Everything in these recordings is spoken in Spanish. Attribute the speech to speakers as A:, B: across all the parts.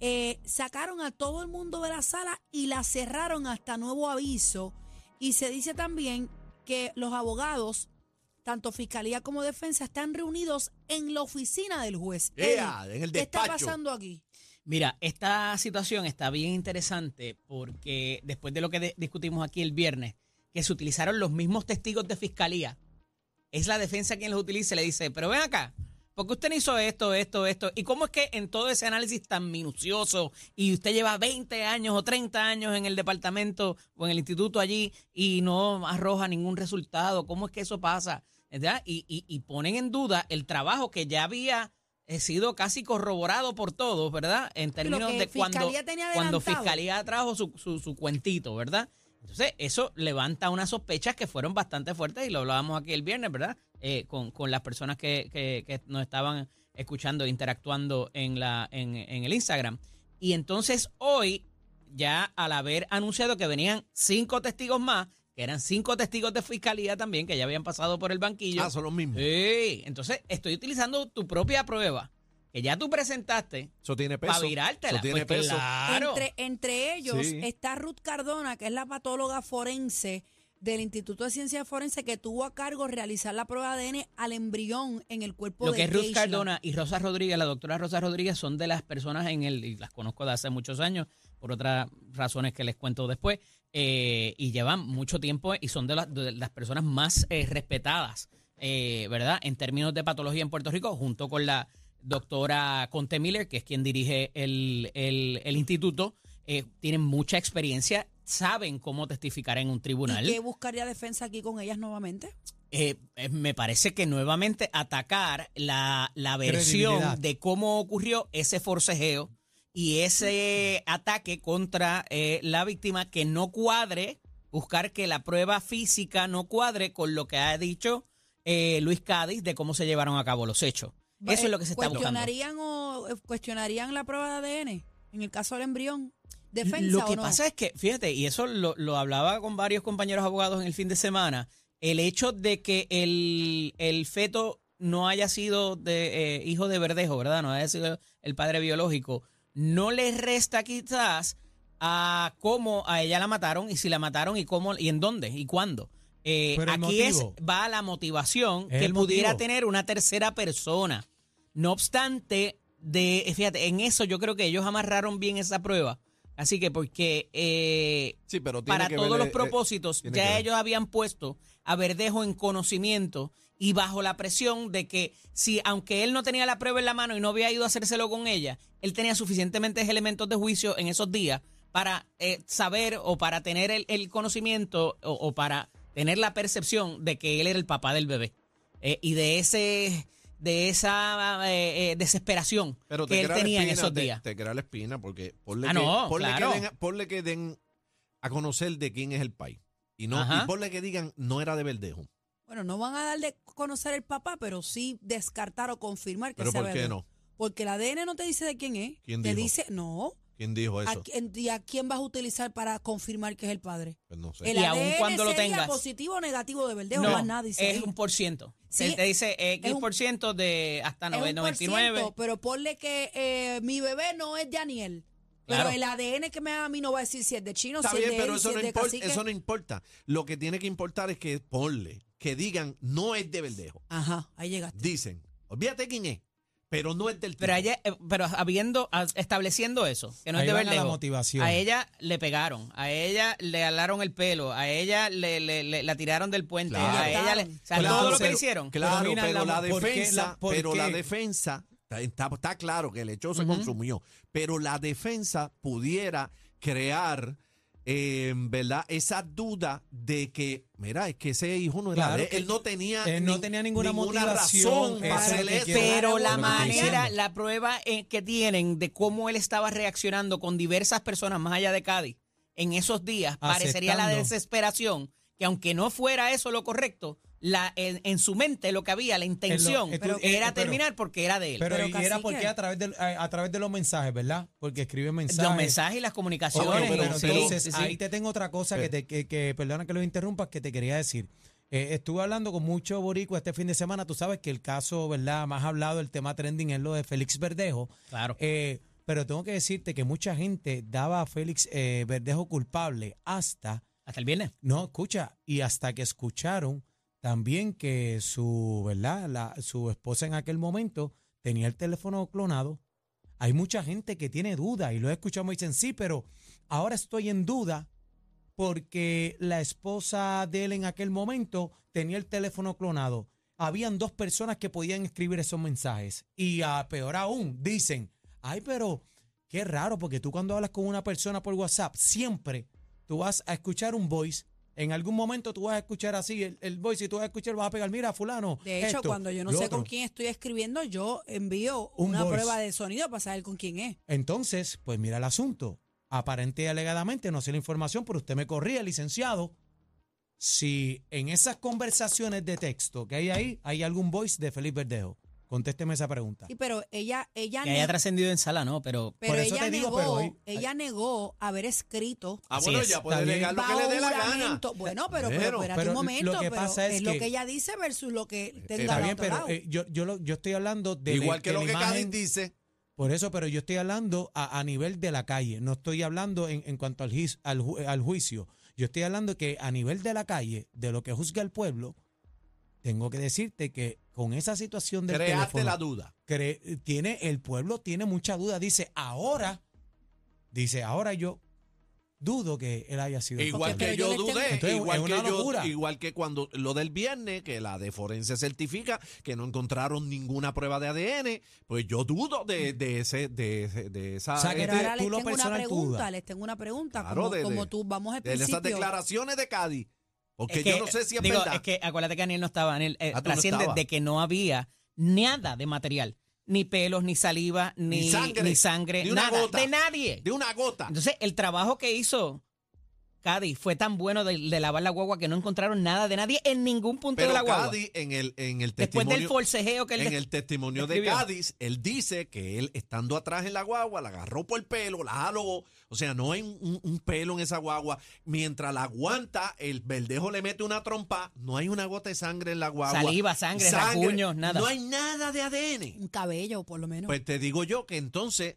A: eh, sacaron a todo el mundo de la sala y la cerraron hasta nuevo aviso. Y se dice también que los abogados, tanto fiscalía como defensa, están reunidos en la oficina del juez.
B: Ea,
A: Eddie,
B: en el
A: ¿Qué está
B: despacho.
A: pasando aquí?
C: Mira, esta situación está bien interesante porque después de lo que de- discutimos aquí el viernes, que se utilizaron los mismos testigos de fiscalía, es la defensa quien los utiliza y le dice, pero ven acá, ¿por qué usted no hizo esto, esto, esto? ¿Y cómo es que en todo ese análisis tan minucioso y usted lleva 20 años o 30 años en el departamento o en el instituto allí y no arroja ningún resultado? ¿Cómo es que eso pasa? ¿Verdad? Y, y- y ponen en duda el trabajo que ya había eh, sido casi corroborado por todos, ¿verdad? En términos
A: que
C: de cuando,
A: Fiscalía tenía
C: cuando
A: adelantado.
C: Fiscalía trajo su, su, su cuentito, ¿verdad? Entonces, eso levanta unas sospechas que fueron bastante fuertes y lo hablábamos aquí el viernes, ¿verdad? Eh, con, con las personas que, que- que nos estaban escuchando, e interactuando en, la, en, en el Instagram. Y entonces hoy, ya al haber anunciado que venían cinco testigos más, que eran cinco testigos de fiscalía también, que ya habían pasado por el banquillo.
B: Ah, son los mismos.
C: Eh, Sí, entonces estoy utilizando tu propia prueba, que ya tú presentaste,
B: Eso tiene peso.
C: para virártela.
B: Eso tiene
C: Pues
B: peso.
C: Claro.
A: Entre, entre ellos
B: Sí.
A: está Ruth Cardona, que es la patóloga forense del Instituto de Ciencias Forenses, que tuvo a cargo realizar la prueba de ADN al embrión en el cuerpo
C: Lo
A: de
C: que es Ruth
A: Keishla.
C: Cardona y Rosa Rodríguez, la doctora Rosa Rodríguez, son de las personas en el, y las conozco de hace muchos años, por otras razones que les cuento después, eh, y llevan mucho tiempo y son de, las- de las personas más eh, respetadas, eh, ¿verdad? En términos de patología en Puerto Rico, junto con la doctora Conte Miller, que es quien dirige el, el- el instituto, eh, tienen mucha experiencia, saben cómo testificar en un tribunal.
A: ¿Y qué buscaría defensa aquí con ellas nuevamente?
C: Eh, eh, me parece que nuevamente atacar la, la
D: Credibilidad.
C: versión de cómo ocurrió ese forcejeo y ese ataque contra eh, la víctima que no cuadre, buscar que la prueba física no cuadre con lo que ha dicho eh, Luis Cádiz de cómo se llevaron a cabo los hechos. Eso es lo que se está buscando.
A: Eh, ¿Cuestionarían, o, eh, ¿Cuestionarían la prueba de ADN en el caso del embrión? ¿Defensa
C: Lo que
A: o no?
C: pasa es que, fíjate, y eso lo, lo hablaba con varios compañeros abogados en el fin de semana, el hecho de que el, el feto no haya sido de, eh, hijo de Verdejo, ¿verdad? No haya sido el padre biológico, no le resta quizás a cómo a ella la mataron y si la mataron y cómo y en dónde y cuándo. Eh,
D: Pero el
C: aquí es,
D: motivo.
C: va a la motivación
D: Es
C: que
D: el
C: pudiera
D: motivo.
C: tener una tercera persona. No obstante, de, eh, fíjate, en eso yo creo que ellos amarraron bien esa prueba. Así que porque eh,
B: Sí, pero tiene
C: para
B: que
C: todos
B: ver,
C: los
B: eh,
C: propósitos
B: tiene que
C: ya
B: ver.
C: ellos habían puesto a Verdejo en conocimiento y bajo la presión de que si aunque él no tenía la prueba en la mano y no había ido a hacérselo con ella, él tenía suficientemente elementos de juicio en esos días para eh, saber o para tener el, el conocimiento o, o para tener la percepción de que él era el papá del bebé. Eh, y de ese de esa eh, eh, desesperación
B: Pero te
C: que él
B: crea la
C: tenía en
B: espina,
C: esos
B: te-
C: días.
B: Te, crea la espina porque ponle,
C: Ah,
B: que,
C: no,
B: ponle,
C: claro.
B: que den, ponle que den a conocer de quién es el país. Y, no,
C: Ajá.
B: y ponle que digan, no era de Verdejo.
A: Bueno, no van a darle a conocer el papá, pero sí descartar o confirmar que
B: Pero
A: sea
B: ¿por qué
A: verdad.
B: no?
A: Porque el ADN no te dice de quién es.
B: ¿Quién
A: te
B: dijo?
A: dice, no,
B: ¿Quién dijo
A: ¿A
B: eso?
A: quién- ¿Y a quién vas a utilizar para confirmar que es el padre?
B: Pues no sé.
A: El
C: Y aun
A: ADN
C: cuando lo
A: sería
C: tengas.
A: positivo o negativo de verdad,
C: No,
A: no, más nada. dice
C: es
A: ahí.
C: un por ciento.
A: Sí,
C: Se te dice eh, X
A: es un-
C: por ciento de hasta
A: Es un
C: 99.
A: porciento, pero ponle que eh, mi bebé no es de Aniel.
C: Claro.
A: Pero el ADN que me da a mí no va a decir si es de chino,
B: Está
A: si es
B: bien,
A: de
B: pero
A: él,
B: eso
A: si
B: no,
A: es de
B: importa,
A: cacique.
B: eso no importa. Lo que tiene que importar es que ponle, que digan, no es de Verdejo.
A: Ajá, ahí llegaste.
B: Dicen, olvídate quién es, pero no es del tipo.
C: Pero, a ella, eh, pero habiendo, a- estableciendo eso, que no
D: Ahí
C: es de
D: van a la
C: verdejo,
D: motivación.
C: A ella le pegaron, a ella le alaron el pelo, a ella le, le- le- la tiraron del puente,
B: Claro.
C: a ella le. O sea,
D: Claro,
C: todo lo que
D: pero-
C: hicieron.
B: Claro,
D: Pero
B: pero,
D: mira,
B: la,
D: la- ¿por qué
B: defensa,
D: la- por
B: pero la
D: qué?
B: defensa, está- está, está claro que el hecho se consumió, pero la defensa pudiera crear, eh, ¿verdad? Esa duda de que, mira, es que ese hijo no era
D: Claro
B: de él,
D: que
B: él no tenía,
D: él no tenía ninguna motivación,
B: razón
D: eso
B: para
A: es lo
B: hacer
A: que
B: eso.
A: quiero-
C: Pero la
D: Pero que te dicen.
C: manera, la prueba eh, que tienen de cómo él estaba reaccionando con diversas personas más allá de Cádiz en esos días, parecería la
D: Aceptando.
C: desesperación que aunque no fuera eso lo correcto, la, en, en su mente lo que había, la intención,
D: eh, tú-
C: era
D: eh, pero-
C: terminar porque era de él.
D: Pero,
A: Pero
D: y era
A: cacique.
D: porque a través, de, a, a través de los mensajes, ¿verdad? Porque escribe mensajes.
C: Los mensajes y las
D: Ok,
C: comunicaciones.
D: pero
C: y-
B: sí,
D: entonces
C: sí, sí.
D: ahí te tengo otra cosa que, te, que, que- perdona que lo interrumpas, que te quería decir. Eh, estuve hablando con mucho boricua este fin de semana. Tú sabes que el caso, ¿verdad? Más hablado, el tema trending es lo de Félix Verdejo.
C: Claro.
D: Eh, pero tengo que decirte que mucha gente daba a Félix eh, Verdejo culpable hasta,
C: Hasta el viernes.
D: no, escucha, y hasta que escucharon también que su, ¿verdad? La- su esposa en aquel momento tenía el teléfono clonado. Hay mucha gente que tiene duda y lo escuchamos y dicen, sí, pero ahora estoy en duda porque la esposa de él en aquel momento tenía el teléfono clonado. Habían dos personas que podían escribir esos mensajes. Y a peor aún, dicen, ay, pero qué raro, porque tú cuando hablas con una persona por WhatsApp, siempre tú vas a escuchar un voice. En algún momento tú vas a escuchar así el, el voice y tú vas a escuchar, vas a pegar, mira, fulano.
A: De hecho,
D: esto,
A: cuando yo no
D: lo
A: sé
D: otro".
A: con quién estoy escribiendo, yo envío
D: Un
A: una
D: voice.
A: prueba de sonido para saber con quién es.
D: Entonces, pues mira el asunto. Aparente y alegadamente, no sé la información, pero usted me corría, licenciado. Si en esas conversaciones de texto que hay ahí, hay algún voice de Felipe Verdejo. Contésteme esa pregunta.
A: Sí, pero ella, ella,
C: Que
A: ne-
C: haya trascendido en sala, ¿no? Pero
A: pero
D: Por eso
A: ella
D: te digo,
A: negó,
D: pero hoy-
A: ella negó haber escrito
B: Ah,
C: Así
B: bueno,
C: es,
B: ya puede
D: está bien.
B: negar lo que le dé la gana.
A: juramento. Bueno, pero, pero,
B: Pero-
A: espérate
D: pero
A: un
D: lo
A: momento,
D: que
A: pero
D: pasa
A: es,
D: es
A: lo
D: que-
A: que ella dice versus lo que tenga
D: Está
A: al
D: bien,
A: otro
D: pero
A: lado.
D: eh, yo, yo, lo- yo estoy hablando de. la-
B: Igual que
D: de
B: lo
D: la
B: que
D: imagen-
B: Cádiz dice.
D: Por eso, pero yo estoy hablando a, a nivel de la calle, no estoy hablando en, en cuanto al, juiz- al, ju- al juicio. Yo estoy hablando que a nivel de la calle, de lo que juzga el pueblo, tengo que decirte que con esa situación del
B: Creaste
D: teléfono,
B: la duda.
D: cre- tiene, el pueblo tiene mucha duda. Dice, ahora, dice, ahora yo dudo que él haya sido el
B: Igual
D: culpable.
B: que
A: Porque yo
B: yo
A: les tengo-
B: dudé,
D: Entonces,
B: igual,
D: es
B: que
D: una
B: yo-
D: locura.
B: igual que cuando lo del viernes, que la de Forense certifica que no encontraron ninguna prueba de ADN, pues yo dudo de, de ese, de, ese- de esa... este,
D: O sea, que
A: Pero
D: tú-
A: ahora les
D: tú lo
A: tengo una
D: personal, tú
A: pregunta,
D: dudas.
A: les tengo una pregunta.
B: Claro,
A: como,
B: de-
A: como
B: de-
A: tú, vamos al
B: de esas
A: principio.
B: declaraciones de Cádiz. Porque
C: Es que,
B: yo no sé si es
C: digo,
B: verdad.
C: Es que acuérdate que Aniel no estaba, Aniel eh,
B: Ah, tú no
C: trasciende
B: estabas.
C: de que no había nada de material, ni pelos, ni saliva, ni,
B: Ni sangre,
C: ni sangre,
B: ni una
C: nada,
B: gota.
C: de nadie.
B: de una gota.
C: Entonces, el trabajo que hizo Cádiz fue tan bueno de, de lavar la guagua que no encontraron nada de nadie en ningún punto
B: Pero
C: de la guagua.
B: Cádiz, en el, en el
C: Después del
B: testimonio...
C: forcejeo que él
B: en
C: des-
B: el testimonio de
C: escribió.
B: Cádiz, él dice que él estando atrás en la guagua, la agarró por el pelo, la jaló. O sea, no hay un, un- un pelo en esa guagua. Mientras la aguanta, el verdejo le mete una trompa. No hay una gota de sangre en la guagua.
C: Saliva, sangre, rasguños, nada.
B: No hay nada de ADN.
A: Un cabello, por lo menos.
B: Pues te digo yo que entonces,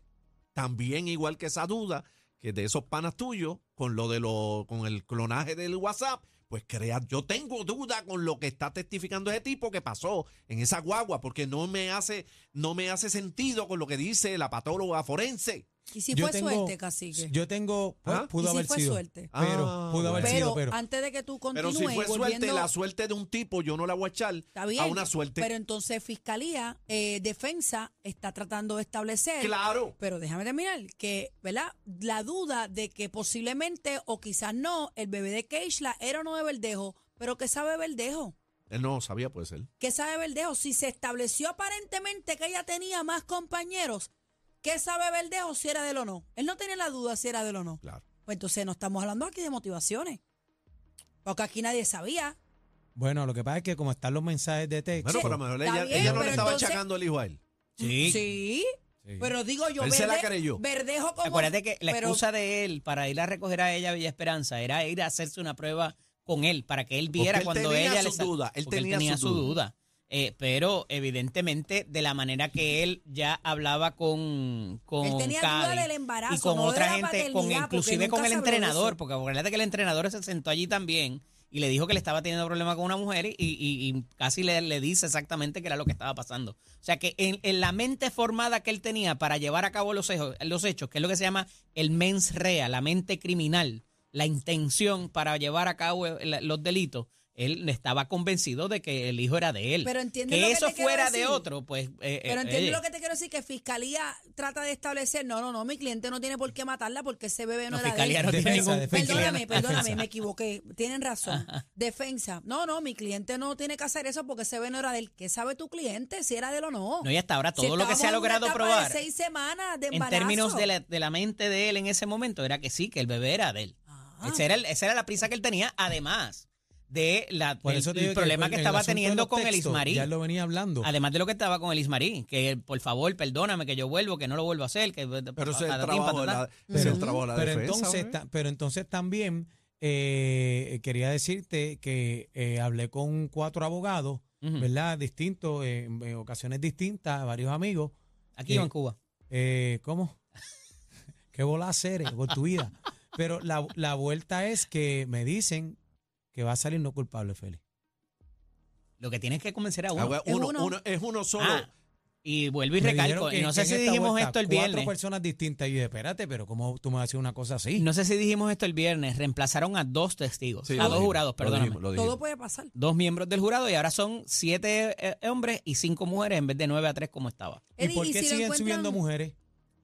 B: también igual que esa duda, que de esos panas tuyos, con lo de lo, con el clonaje del WhatsApp, pues crea, yo tengo duda con lo que está testificando ese tipo que pasó en esa guagua, porque no me hace, no me hace sentido con lo que dice la patóloga forense.
A: y si
D: Yo
A: fue
D: tengo-
A: suerte, cacique.
D: Yo tengo, pues,
B: ¿Ah?
D: pudo
A: Y si
D: haber
A: fue
D: sido.
A: suerte.
D: Pero,
B: Ah,
D: pudo haber
B: bueno.
A: pero,
D: sido, pero.
A: antes de que tú
B: Pero
A: continúes,
B: si fue suerte,
A: volviendo-
B: la suerte de un tipo, yo no la voy a echar
A: Está bien,
B: a una suerte.
A: Pero entonces Fiscalía, eh, Defensa, está tratando de establecer.
B: claro.
A: Pero déjame terminar, que, ¿verdad? La duda de que posiblemente o quizás no, el bebé de Keishla era o no de Verdejo, pero que sabe Verdejo.
B: Él no sabía, puede ser.
A: ¿Qué sabe Verdejo? Si se estableció aparentemente que ella tenía más compañeros, ¿qué sabe Verdejo si era de él o no? Él no tenía la duda si era de él o no.
B: Claro.
A: Pues entonces no estamos hablando aquí de motivaciones. Porque aquí nadie sabía.
D: Bueno, lo que pasa es que como están los mensajes de texto.
B: Bueno, pero a lo mejor
A: está
B: ella,
A: bien,
B: ella no le
A: pero
B: estaba
A: entonces-
B: achacando el hijo a él.
C: Sí.
A: Sí, Pero digo yo,
B: Él se la creyó.
A: Verdejo como...
C: Acuérdate que la
A: pero-
C: excusa de él para ir a recoger a ella a Villa Esperanza era ir a hacerse una prueba con él para que él viera
B: él
C: cuando
B: tenía
C: ella
B: sus
C: sa-
B: dudas, él
C: porque
B: tenía sus
C: su duda. Eh, pero evidentemente de la manera que él ya hablaba con con
A: Él tenía duda
C: Cady
A: del embarazo,
C: y con
A: no de
C: otra
A: la
C: gente, con
A: paternidad, porque
C: inclusive con
A: nunca
C: el
A: se habló de
C: entrenador,
A: eso.
C: porque acuérdate que el entrenador se sentó allí también y le dijo que le estaba teniendo problemas con una mujer y, y- y casi le, le dice exactamente que era lo que estaba pasando. O sea que en, en la mente formada que él tenía para llevar a cabo los, hechos- los hechos, que es lo que se llama el mens rea, la mente criminal, la intención para llevar a cabo el- los delitos, él estaba convencido de que el hijo era de él.
A: Pero entiendes lo
C: que
A: que
C: eso
A: te quiero
C: fuera de
A: decir.
C: otro, pues... eh,
A: Pero
C: eh,
A: entiendo
C: oye.
A: lo que te quiero decir, que Fiscalía trata de establecer, no, no, no, mi cliente no tiene por qué matarla porque ese bebé no,
C: No,
A: era
C: Fiscalía
A: de él.
C: no tiene
D: Defensa,
C: ningún-
D: defensa.
A: Perdóname,
C: Fiscalía no-
A: perdóname, me equivoqué. Tienen razón. Defensa. No, no, mi cliente no tiene que hacer eso porque ese bebé no era de él. ¿Qué sabe tu cliente si era de él o no?
C: No, y hasta ahora
A: Si
C: todo lo que se ha
A: estábamos en una
C: logrado
A: etapa de
C: probar...
A: seis semanas de
C: en
A: embarazo.
C: términos de la, de la mente de él en ese momento era que sí, que el bebé era de él.
A: Ah.
C: Esa, era el- esa era la prisa que él tenía, además de la,
D: Por
C: del-
D: eso te
C: el
D: digo
C: problema
D: el-
C: que
D: el
C: estaba
D: asunto de
C: teniendo
D: los
C: con el
D: textos,
C: Ismarí.
D: Ya lo venía hablando.
C: Además de lo que estaba con el Ismarí, que por favor, perdóname que yo vuelvo, que no lo vuelvo a hacer. Que,
B: Pero ese es el
C: patatín,
B: trabajo de la,
C: patatán.
B: ese es el
D: Ujú.
B: trabajo de la
D: pero
B: defensa.
D: entonces
B: bebé.
D: ta- pero entonces también eh, quería decirte que eh, hablé con cuatro abogados
C: Ujú.
D: verdad distintos eh, en, en ocasiones distintas varios amigos
C: Aquí
D: Eh,
C: o en Cuba.
D: eh, cómo qué bola hacer eh, con tu vida pero la, la vuelta es que me dicen que va a salir no culpable Félix
C: Lo que tienes que convencer a
B: Ah,
C: uno.
B: bueno,
A: Es
B: uno,
A: uno.
B: uno- es uno solo.
C: Ah, y vuelvo y
D: Me dijeron
C: recalco.
D: que-
C: Y no
D: que
C: sé
D: en
C: si
D: esta
C: dijimos
D: vuelta
C: esto el
D: cuatro
C: viernes.
D: personas distintas y yo espérate pero cómo tú me vas a decir una cosa así
C: No sé si dijimos esto el viernes. Reemplazaron a dos testigos.
B: Sí, lo
C: a dos
B: dijimos,
C: jurados,
B: lo
C: perdóname.
B: dijimos, lo dijimos.
A: Todo puede pasar.
C: dos miembros del jurado y ahora son siete eh, hombres y cinco mujeres en vez de nueve a tres como estaba.
D: y
A: Eddie,
D: por
A: ¿y
D: qué
A: si lo
D: siguen
A: encuentran-
D: subiendo mujeres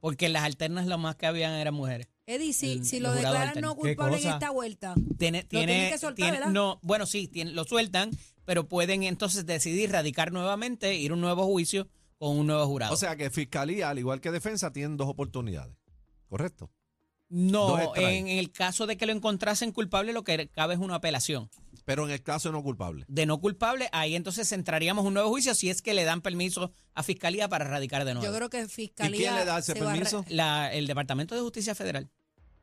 C: Porque en las alternas lo más que habían eran mujeres.
A: Eddie, si,
C: el-
A: si
C: el
A: lo
C: jurado
A: declaran
C: alterno.
A: no
D: ¿Qué
A: culpable en
D: cosa?
A: esta vuelta.
C: Tiene, tiene,
A: tienen que soltar,
C: tiene-
A: ¿verdad?
C: no, bueno, sí, tiene- lo sueltan, pero pueden entonces decidir radicar nuevamente, ir a un nuevo juicio con un nuevo jurado.
B: O sea que fiscalía, al igual que defensa, tienen dos oportunidades. ¿Correcto? dos
C: no,
B: extraños.
C: en el caso de que lo encontrasen culpable, lo que cabe es una apelación.
B: Pero en el caso de no culpable.
C: De no culpable, ahí entonces entraríamos a un nuevo juicio si es que le dan permiso a fiscalía para radicar de nuevo.
A: Yo creo que
B: ¿Y
A: Fiscalía.
B: quién le da ese
A: se va a re-
B: permiso?
C: la- el Departamento de Justicia Federal,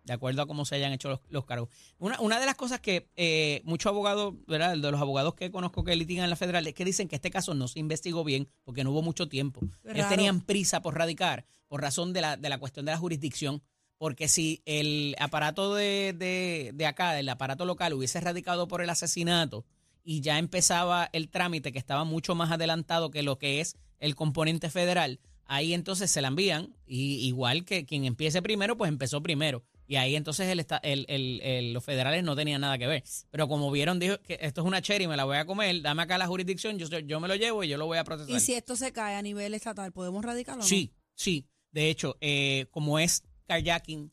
C: de acuerdo a cómo se hayan hecho los, los cargos. Una, una de las cosas que eh, muchos abogados, ¿verdad? De los abogados que conozco que litigan en la federal, es que dicen que este caso no se investigó bien porque no hubo mucho tiempo. Ellos
A: Raro.
C: tenían prisa por radicar por razón de la, de la cuestión de la jurisdicción. Porque si el aparato de, de, de acá, el aparato local, hubiese radicado por el asesinato y ya empezaba el trámite que estaba mucho más adelantado que lo que es el componente federal, ahí entonces se la envían y igual que quien empiece primero, pues empezó primero. Y ahí entonces el, esta- el- el- el- los federales no tenían nada que ver. Pero como vieron, dijo que esto es una cherry, me la voy a comer, dame acá la jurisdicción, yo, yo me lo llevo y yo lo voy a procesar.
A: Y si esto se cae a nivel estatal, ¿podemos radicarlo? o no?
C: Sí, sí. De hecho, eh, como es carjacking,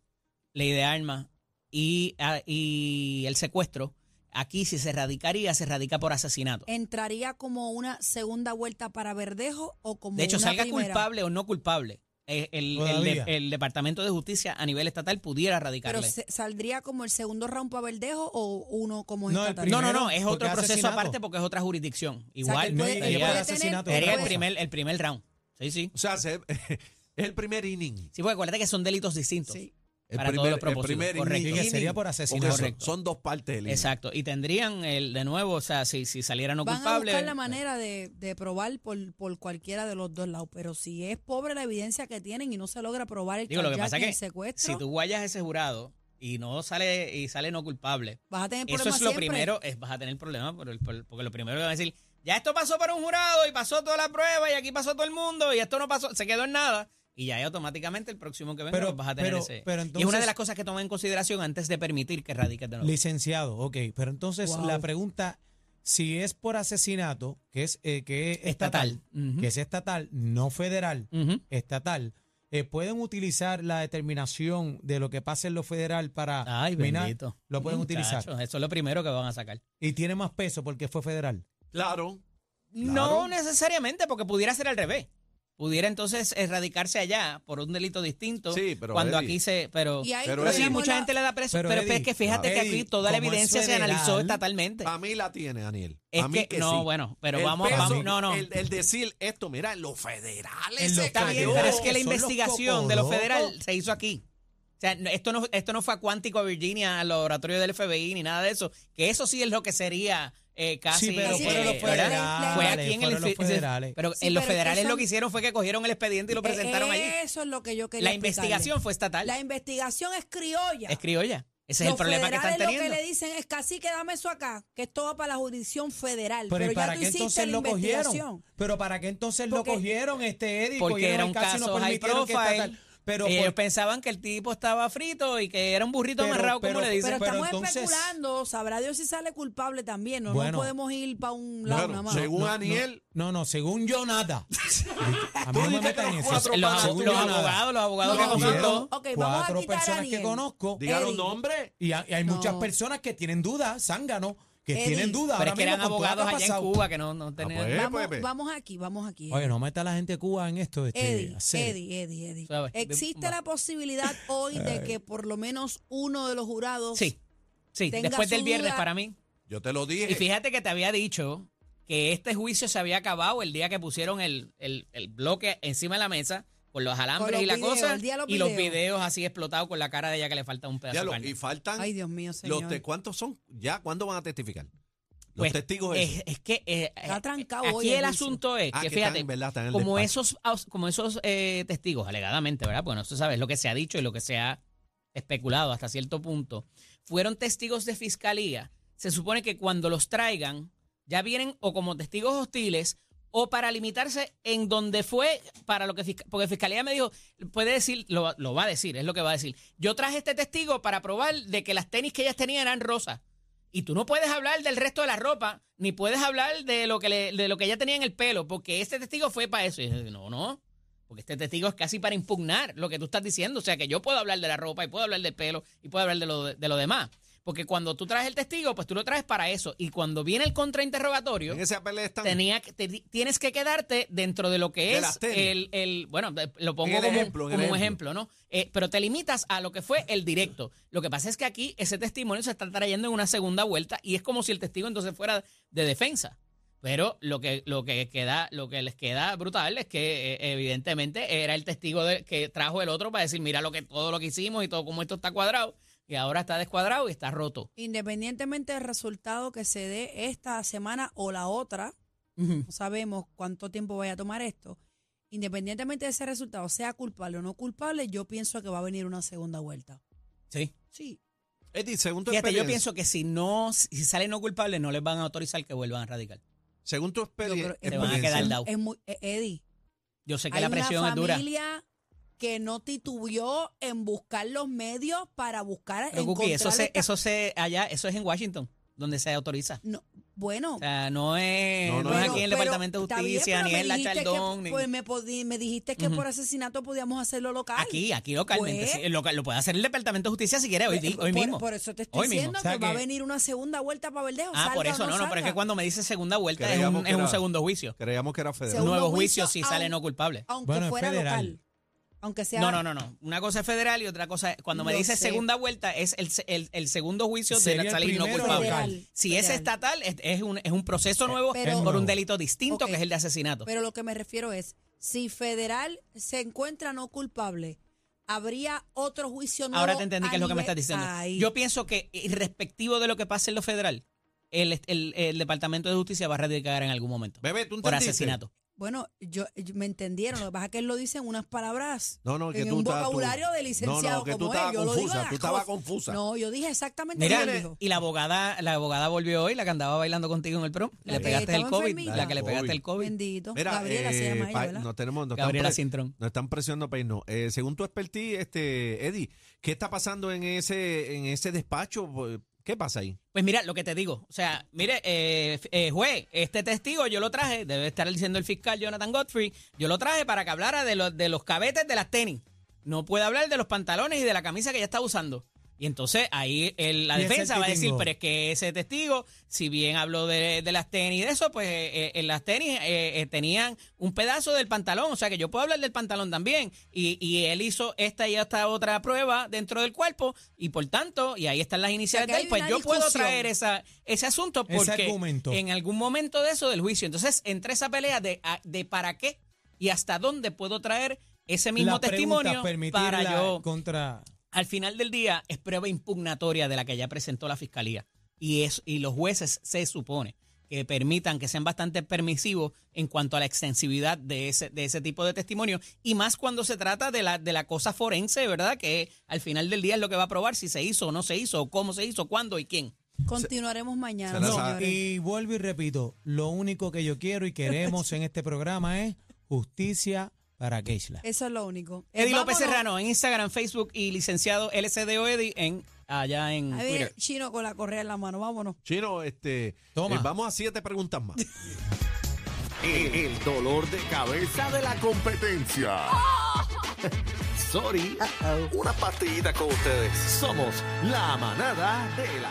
C: ley de armas y, ah, y el secuestro, aquí si se radicaría, se radica por asesinato.
A: ¿Entraría como una segunda vuelta para Verdejo o como
C: De hecho,
A: una
C: salga
A: primera?
C: culpable o no culpable, eh, el, el de-
D: Todavía.
C: el Departamento de Justicia a nivel estatal pudiera
A: Pero
C: radicarle.
A: se- saldría como el segundo round para Verdejo o uno como
D: No, el
A: estatal.
C: no, no, no,
D: primero,
C: es
D: porque
C: otro
D: es
C: proceso
D: asesinato.
C: aparte porque es otra jurisdicción.
A: O sea, que
C: Igual,
A: él puede-
D: no,
A: él
D: sería-
A: puede
C: sería,
A: tener-
D: asesinato,
C: sería el,
D: cosa.
C: primer, el primer round. Sí, sí.
B: O sea, se- es el primer inning.
C: Sí, porque acuérdate que son delitos distintos.
A: Sí.
B: El
C: Para todos
B: primer,
C: los propósitos,
B: El primer
C: correcto.
B: inning.
D: Sí, que sería por
B: Porque
D: asesinato.
B: son-
C: Correcto.
B: Son dos partes del inning.
C: Exacto. Y tendrían, el, de nuevo, o sea, si, si saliera no
A: Van
C: culpable.
A: a buscar la manera de, de probar por, por cualquiera de los dos lados. Pero si es pobre la evidencia que tienen y no se logra probar el,
C: Digo, lo que
A: carjacking,
C: pasa es que
A: el secuestro,
C: si tú guayas ese jurado y no sale y sale no culpable,
A: vas a tener
C: eso
A: problemas
C: es lo
A: siempre.
C: primero, es, vas a tener problemas por el- por- porque lo primero que van a decir, ya esto pasó para un jurado y pasó toda la prueba y aquí pasó todo el mundo y esto no pasó, se quedó en nada. Y ya ahí automáticamente el próximo que venga
D: Pero-
C: pues vas a tener
D: pero-
C: ese.
D: pero
C: y es una
D: entonces-
C: de las cosas que toma en consideración antes de permitir que radiques de nuevo.
D: Licenciado, ok. Pero entonces
A: Wow.
D: la pregunta, si es por asesinato, que es, eh, que es estatal,
C: Ujú.
D: que es estatal, no federal,
C: Ujú.
D: estatal, eh, ¿pueden utilizar la determinación de lo que pasa en lo federal para
C: Ay,
D: minar?
C: bendito.
D: Lo pueden utilizar.
C: Muchachos, Eso es lo primero que van a sacar.
D: Y tiene más peso porque fue federal.
B: Claro.
C: No
B: Claro.
C: necesariamente, porque pudiera ser al revés. pudiera entonces erradicarse allá por un delito distinto
B: Sí, pero,
C: cuando
B: Eddie.
C: aquí se pero
A: Y hay
B: Pero
C: pero sí,
B: Eddie.
C: mucha gente le da preso pero,
D: Pero,
C: es
D: Eddie,
C: que fíjate que aquí
D: Eddie,
C: toda la
D: como es
C: evidencia se
D: federal,
C: analizó estatalmente
B: Para mí la tiene, Daniel.
C: es
B: Pa' mí
C: que, no
B: sí.
C: bueno pero
B: El
C: vamos
B: peso,
C: vamos no no
B: El, el decir esto, mira, en los federales.
D: En
B: se
D: los
C: Está bien,
B: cayó.
D: Cayó.
C: pero es que la
D: Son los
C: investigación de lo
D: cocodocos.
C: federal se hizo aquí. O sea, no- esto no, esto no fue a Cuántico, a Virginia, al laboratorio del FBI, ni nada de eso. Que eso sí es lo que sería eh, casi.
D: Sí, pero
A: Así
D: fueron
A: que-
D: los
A: ¿verdad?
D: federales.
C: Fue aquí en el
D: fueron los
C: infi-
D: federales.
C: Pero
A: Sí,
C: en los
A: pero es que
C: federales lo
A: son-
C: que hicieron fue que cogieron el expediente y lo presentaron allí.
A: Eso es lo que yo quería
C: La
A: explicarle.
C: investigación fue estatal.
A: La investigación es criolla.
C: Es criolla. Ese es el
A: Los
C: problema que están
A: federales
C: teniendo.
A: Lo que le dicen es casi que dame eso acá, que esto va para la jurisdicción federal. Pero,
D: Pero, ¿y
A: ya
D: para
A: tú
D: qué
A: hiciste
D: entonces
A: la
D: lo cogieron?
A: investigación.
D: Pero para qué entonces lo
A: Porque-
D: cogieron este Eddie.
C: porque
D: Cogieron
C: era
D: el
C: un
D: caso y
C: caso
D: no
C: high
D: permitieron que estatal-
C: profile.
D: Pero
C: Ellos
D: por-
C: pensaban que el tipo estaba frito y que era un burrito
D: Pero-
C: amarrado, como
D: pero-
C: le dicen.
A: Pero,
D: pero
A: estamos
D: entonces-
A: especulando, sabrá Dios si sale culpable también. No,
D: Bueno.
A: no podemos ir para un lado
B: Claro,
A: nada más.
B: según Daniel.
D: No, no, según yo nada. A mí
B: Tú
D: no me
B: dijiste
D: metan
B: que
D: en
B: los
D: eso.
B: cuatro
C: los,
B: panas
C: abo-
D: según
B: tuyos
C: los
D: yo nada.
C: abogados, los abogados
A: No,
C: que
B: dijeron-
C: consultó.
A: Ok, vamos a
D: cuatro
A: quitar a
D: personas
A: Daniel.
D: que conozco
B: Digaron
A: Eddie.
B: nombre.
D: y, hay, hay muchas
A: No.
D: personas que tienen dudas, zángano, que
A: Eddie.
D: tienen dudas.
C: Pero
D: ahora
C: es que eran
D: mismo con todo lo que
C: abogados
D: ha
C: allá en
D: pasado.
C: Cuba que no, no tenían.
B: pues. Eh,
A: vamos,
B: Pepe.
A: vamos aquí, vamos aquí. eh.
D: Oye, no meta a la gente de Cuba en esto. Este,
A: Eddie,
D: hacer.
A: Eddie, Eddie, Eddie.
C: Suave.
A: ¿Existe
C: Va.
A: la posibilidad hoy de que por lo menos uno de los jurados
C: Sí, sí,
A: Tenga
C: después
A: su
C: del viernes
A: duda.
C: para mí.
B: Yo te lo
C: Y
B: dije.
C: fíjate que te había dicho que este juicio se había acabado el día que pusieron el, el- el bloque encima de la mesa con los alambres
A: los
C: y la
A: videos,
C: cosa
A: el día de los
C: y los
A: videos.
C: videos así explotados con la cara de ella que le falta un pedazo
B: Ya lo-
C: de carne.
B: y faltan.
A: Ay, Dios mío, señor.
B: los te- ¿Cuántos son? ¿Ya cuándo van a testificar? Los
C: Pues,
B: testigos.
C: es,
B: esos.
C: es que eh,
A: Está trancado
C: aquí
A: hoy
C: el
A: juicio.
C: asunto es
B: Ah,
C: que
B: que
C: fíjate
B: están, ¿verdad? Están en el
C: como
B: despacho.
C: esos aus- como esos eh, testigos alegadamente verdad bueno tú sabes lo que se ha dicho y lo que se ha especulado hasta cierto punto fueron testigos de fiscalía se supone que cuando los traigan ya vienen o como testigos hostiles o para limitarse en donde fue para lo que fisca- porque fiscalía me dijo puede decir lo, lo va a decir es lo que va a decir yo traje este testigo para probar de que las tenis que ellas tenían eran rosas y tú no puedes hablar del resto de la ropa, ni puedes hablar de lo que, le- de lo que ella tenía en el pelo, porque este testigo fue para eso. Y yo, no, no, porque este testigo es casi para impugnar lo que tú estás diciendo. O sea, que yo puedo hablar de la ropa y puedo hablar del pelo y puedo hablar de lo, de lo demás. Porque cuando tú traes el testigo, pues tú lo traes para eso. Y cuando viene el contrainterrogatorio,
B: en ese apelé están.
C: tenía que- te- tienes que quedarte dentro de lo que
B: De
C: es
B: las tenis.
C: el, el- bueno de- lo pongo
B: el
C: como,
B: ejemplo, en el
C: como un
B: ejemplo.
C: ejemplo no Eh, pero te limitas a lo que fue el directo lo que pasa es que aquí ese testimonio se está trayendo en una segunda vuelta y es como si el testigo entonces fuera de defensa pero lo que lo que queda lo que les queda brutal es que eh, evidentemente era el testigo de- que trajo el otro para decir mira lo que todo lo que hicimos y todo como esto está cuadrado y ahora está descuadrado y está roto
A: Independientemente del resultado que se dé esta semana o la otra, no sabemos cuánto tiempo vaya a tomar esto. Independientemente de ese resultado, sea culpable o no culpable, yo pienso que va a venir una segunda vuelta.
C: sí
A: Sí.
B: Eddie, según tu
C: Fíjate, yo
B: experiencia-
C: pienso que si no, si salen no culpables, no les van a autorizar que vuelvan a radical.
B: Según tu experien-
A: Yo creo-
B: experiencia.
A: Te
C: van a quedar dao.
A: Es muy, eh, Eddie,
C: Yo sé que
A: hay
C: la presión
A: una
C: es dura.
A: familia que no titubió en buscar los medios para buscar
C: Pero, Cookie, eso
A: encontrar
C: se,
A: esta-
C: eso se, allá, eso es en Washington, donde se autoriza.
A: No, bueno,
C: O sea, no es,
B: No,
C: no,
B: no,
C: es
B: no.
C: aquí en el
A: Pero-
C: Departamento de
A: está bien,
C: Justicia,
A: pero
C: ni
A: me
C: en la
A: dijiste que-
C: Chaldón. ni-
A: pues me, podí- me dijiste que
C: Ujú.
A: por asesinato podíamos hacerlo local.
C: Aquí, aquí localmente.
A: Pues-
C: sí, lo, lo puede hacer el Departamento de Justicia si quiere, hoy, di- hoy
A: Eh, por,
C: mismo.
A: Por eso te estoy
C: Hoy mismo.
A: diciendo
D: O sea
A: que, va a
D: que-
A: venir una segunda vuelta para Valdeo.
C: ah, por eso, no, no, pero es que cuando me dice segunda vuelta es
B: Creíamos
C: un,
B: que
C: es un
B: era-
C: segundo juicio.
B: Creíamos que era federal.
A: Según- Segundo
C: Nuevo juicio,
A: juicio,
C: si
A: aun-
C: sale no culpable.
A: Aunque
D: Bueno, es
A: fuera
D: federal.
A: local. Aunque sea.
C: No, no, no, no. Una cosa es federal y otra cosa, cuando me
A: Lo
C: dice
A: sé.
C: segunda vuelta, es el, se- el, el segundo juicio de
D: Sería
C: la
D: el
C: salir no
D: primero
C: culpable.
A: local.
C: Si es
A: Federal.
C: estatal, es, es un, es un proceso nuevo
A: Pero-
C: por un
D: nuevo.
C: delito distinto
A: Ok.
C: que es el de asesinato.
A: Pero lo que me refiero es: si federal se encuentra no culpable, habría otro juicio nuevo.
C: Ahora te entendí
A: a
C: que es lo que me estás
A: nivel-
C: diciendo.
A: Ay,
C: Yo pienso que, irrespectivo de lo que pase en lo federal, el, el- el Departamento de Justicia va a radicar en algún momento
B: Bebé, tú
C: por
B: entendiste?
C: asesinato.
A: Bueno, yo, yo- me entendieron. Lo que pasa es que él lo dice en unas palabras.
B: No, no, que
A: en
B: tú
A: un
B: estabas- tú-
A: vocabulario de
B: No,
A: licenciado.
B: no, que tú
A: como él,
B: estabas
A: yo lo digo
B: confusa.
A: las
B: Tú estabas
A: cosas.
B: confusa.
A: No, yo dije exactamente
C: Mira, eh,
A: lo que dijo.
C: y la abogada, la abogada volvió hoy, la que andaba bailando contigo en el prom.
A: La
C: le
A: que
C: pegaste el
A: estaba
C: COVID,
A: enfermita.
C: la que le pegaste el COVID.
A: Bendito.
B: Mira,
A: Gabriela se
B: eh,
A: llama ella,
B: pa-
A: ¿verdad?
B: no tenemos, no estamos
C: Gabriela
B: pre-
C: Cintrón.
B: No están presionando país, no. Eh, según tu expertise, este, Eddie, ¿qué está pasando en ese, en ese despacho? ¿Qué pasa ahí?
C: Pues mira, lo que te digo, o sea, mire, eh, f- eh, juez, este testigo yo lo traje, debe estar diciendo el fiscal Jonathan Godfrey, yo lo traje para que hablara de, los de los cabetes de las tenis. No puede hablar de los pantalones y de la camisa que ella está usando. Y entonces ahí el- la
D: Y ese
C: defensa va a decir,
D: titingo.
C: pero es que ese testigo, si bien habló de, de las tenis y de eso, pues eh, en las tenis eh, eh, tenían un pedazo del pantalón, o sea que yo puedo hablar del pantalón también. Y, y él hizo esta y esta otra prueba dentro del cuerpo y por tanto, y ahí están las iniciales
A: que
C: de
A: hay
C: él, pues
A: una
C: yo puedo
A: discusión.
C: traer esa, ese asunto
D: Ese
C: porque
D: argumento.
C: en algún momento de eso del juicio. Entonces entra esa pelea de, a- de para qué y hasta dónde puedo traer ese mismo
D: La pregunta,
C: testimonio para
D: permitirla
C: yo
D: contra
C: al final del día es prueba impugnatoria de la que ya presentó la fiscalía y es y los jueces se supone que permitan que sean bastante permisivos en cuanto a la extensividad de ese de ese tipo de testimonio y más cuando se trata de la de la cosa forense, ¿verdad? Que al final del día es lo que va a probar si se hizo o no se hizo, cómo se hizo, cuándo y quién.
A: Continuaremos mañana,
B: se la
D: No,
B: sabe.
A: señores.
D: y vuelvo y repito, lo único que yo quiero y queremos en este programa es justicia para Keishla.
A: Eso es lo único. Eh,
C: Eddie López
A: vámonos.
C: Serrano en Instagram, Facebook y licenciado LCDO Eddie en allá en
A: A
C: Twitter.
A: ver, chino con la correa en la mano, vámonos.
B: Chino, este,
D: Toma.
B: eh, vamos a siete preguntas más.
E: El, el dolor de cabeza de la competencia. Sorry. Una partidita con ustedes. Somos la manada de la.